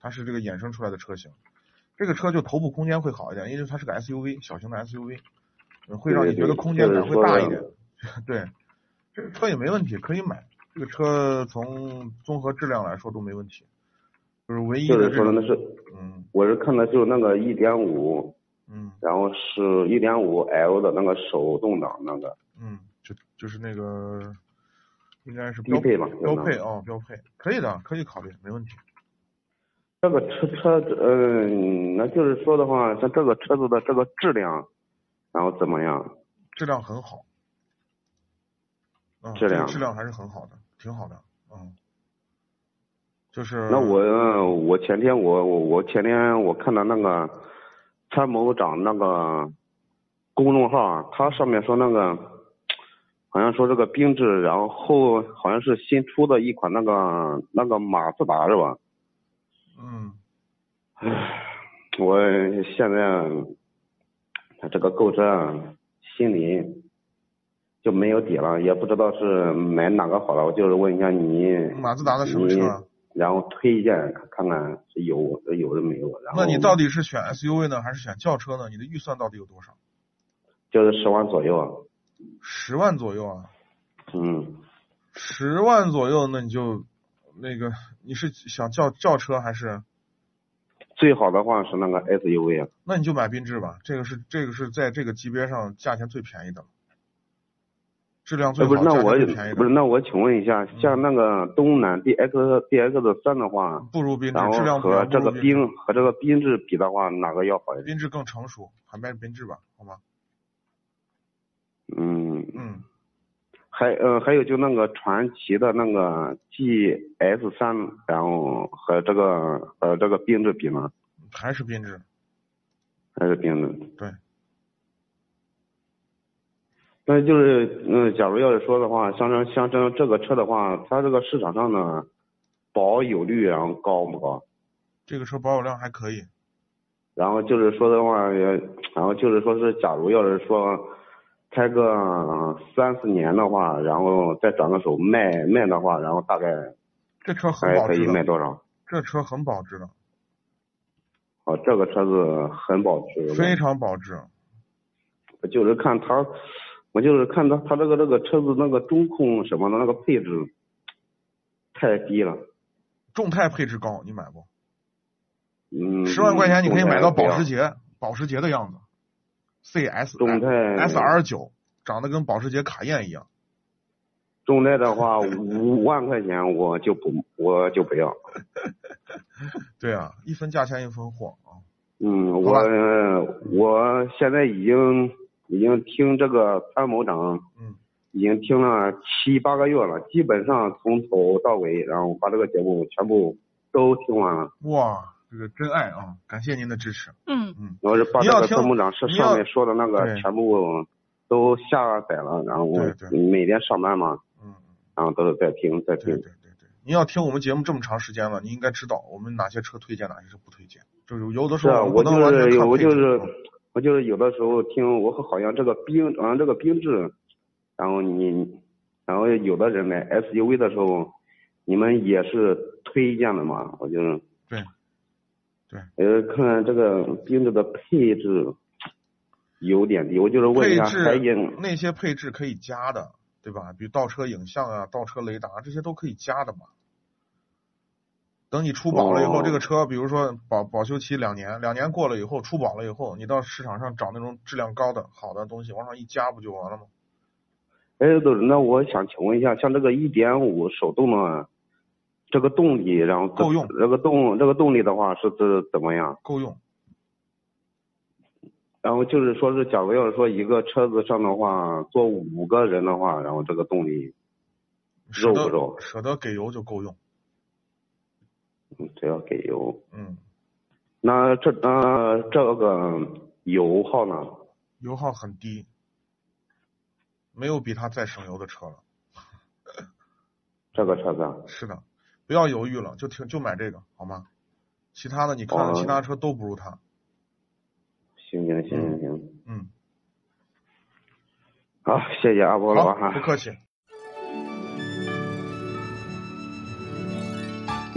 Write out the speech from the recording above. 它是这个衍生出来的车型。这个车就头部空间会好一点，因为它是个 SUV，小型的 SUV，呃会让你觉得空间感会大一点。对，这个车也没问题，可以买。这个车从综合质量来说都没问题，就是唯一就的是这说的种那，是嗯我是看的就是那个一点五，嗯然后是一点五 L 的那个手动挡那个。嗯，就就是那个应该是低标配吧标相当于配啊、标配可以的，可以考虑，没问题。这个车车子，嗯，那就是说的话，像这个车子的这个质量，然后怎么样？质量很好，嗯，质这个量质量还是很好的，挺好的，嗯，就是那我我前天我我我前天我看到那个参谋长那个公众号啊，它上面说那个好像说这个缤智，然后好像是新出的一款那个那个马自达是吧？嗯，我现在啊这个购车啊，心里就没有底了，也不知道是买哪个好了。我就是问一下你，马自达的什么车啊？你然后推荐看看是有有的没有。然后那你到底是选 SUV 呢，还是选轿车呢？你的预算到底有多少？就是十万左右啊？十万左右啊，嗯，十万左右，那你就那个你是想轿轿车还是？最好的话是那个 SUV 啊。那你就买缤智吧，这个是这个是在这个级别上价钱最便宜的了，质量最哎，好，不是，那我价钱最便宜的，不是，那我请问一下，像那个东南 DX DX 三的话，不如缤然智，质量后不和不这如个缤智缤和这个缤智比的话，哪个要好一点？缤智更成熟，还卖缤智吧，好吗？嗯。嗯，还呃还有就那个传奇的那个 GS 三，然后和这个和这个缤智比呢，还是缤智。还是缤智？对。那就是嗯、假如要是说的话，像这像这这个车的话，它这个市场上呢，保有率然后高不高？这个车保有量还可以，然后就是说的话，也然后就是说是假如要是说开个三四年的话，然后再转个手卖卖的话，然后大概这车很还保可值以卖的，多少？这车很保值的，哦，这个车子很保值，非常保值。我就是看它，我就是看它它这个这个车子那个中控什么的那个配置太低了。众泰配置高，你买不？嗯，十万块钱你可以买到保时捷。捷，保时捷的样子， CS 众泰 SR 九，长得跟保时捷卡宴一样。众泰的话五万块钱我就不我就不要，对啊，一分价钱一分货啊。嗯，好我吧我现在已经已经听这个参谋长嗯，已经听了七八个月了，基本上从头到尾，然后把这个节目全部都听完了。哇，这个真爱啊！感谢您的支持。嗯，我是把你这要个听参谋长是你要上面说的那个对全部都下载了，然后我对对每天上班嘛，嗯，嗯然后都是在听在听。对对对对，您要听我们节目这么长时间了，您应该知道我们哪些车推荐，哪些车不推荐。就是有的时是啊，候我不能完就是全有看我配就置是嗯我就是有的时候听我好像这个缤好像这个缤智，然后你然后有的人买 SUV 的时候，你们也是推荐的嘛，我就是对对，呃看看这个缤智的配置有点低，我就是问一下配置还有那些配置可以加的，对吧？比如倒车影像啊、倒车雷达这些都可以加的嘛。等你出保了以后，哦这个车比如说保保修期两年，两年过了以后出保了以后，你到市场上找那种质量高的好的东西，往上一加不就完了吗？哎，豆子，那我想请问一下，像这个一点五手动的，这个动力，然后这够用这个动这个动力的话是是怎么样？够用。然后就是说是，假如要是说一个车子上的话，坐五个人的话，然后这个动力，舍得肉不肉舍得给油就够用。嗯只要给油，嗯，那这那这个油耗呢？油耗很低，没有比它再省油的车了。这个车子啊，是的，不要犹豫了，就停就买这个好吗？其他的你看哦了其他车都不如它。行行行行行，嗯，好，谢谢阿波罗啊好，哈不。客气。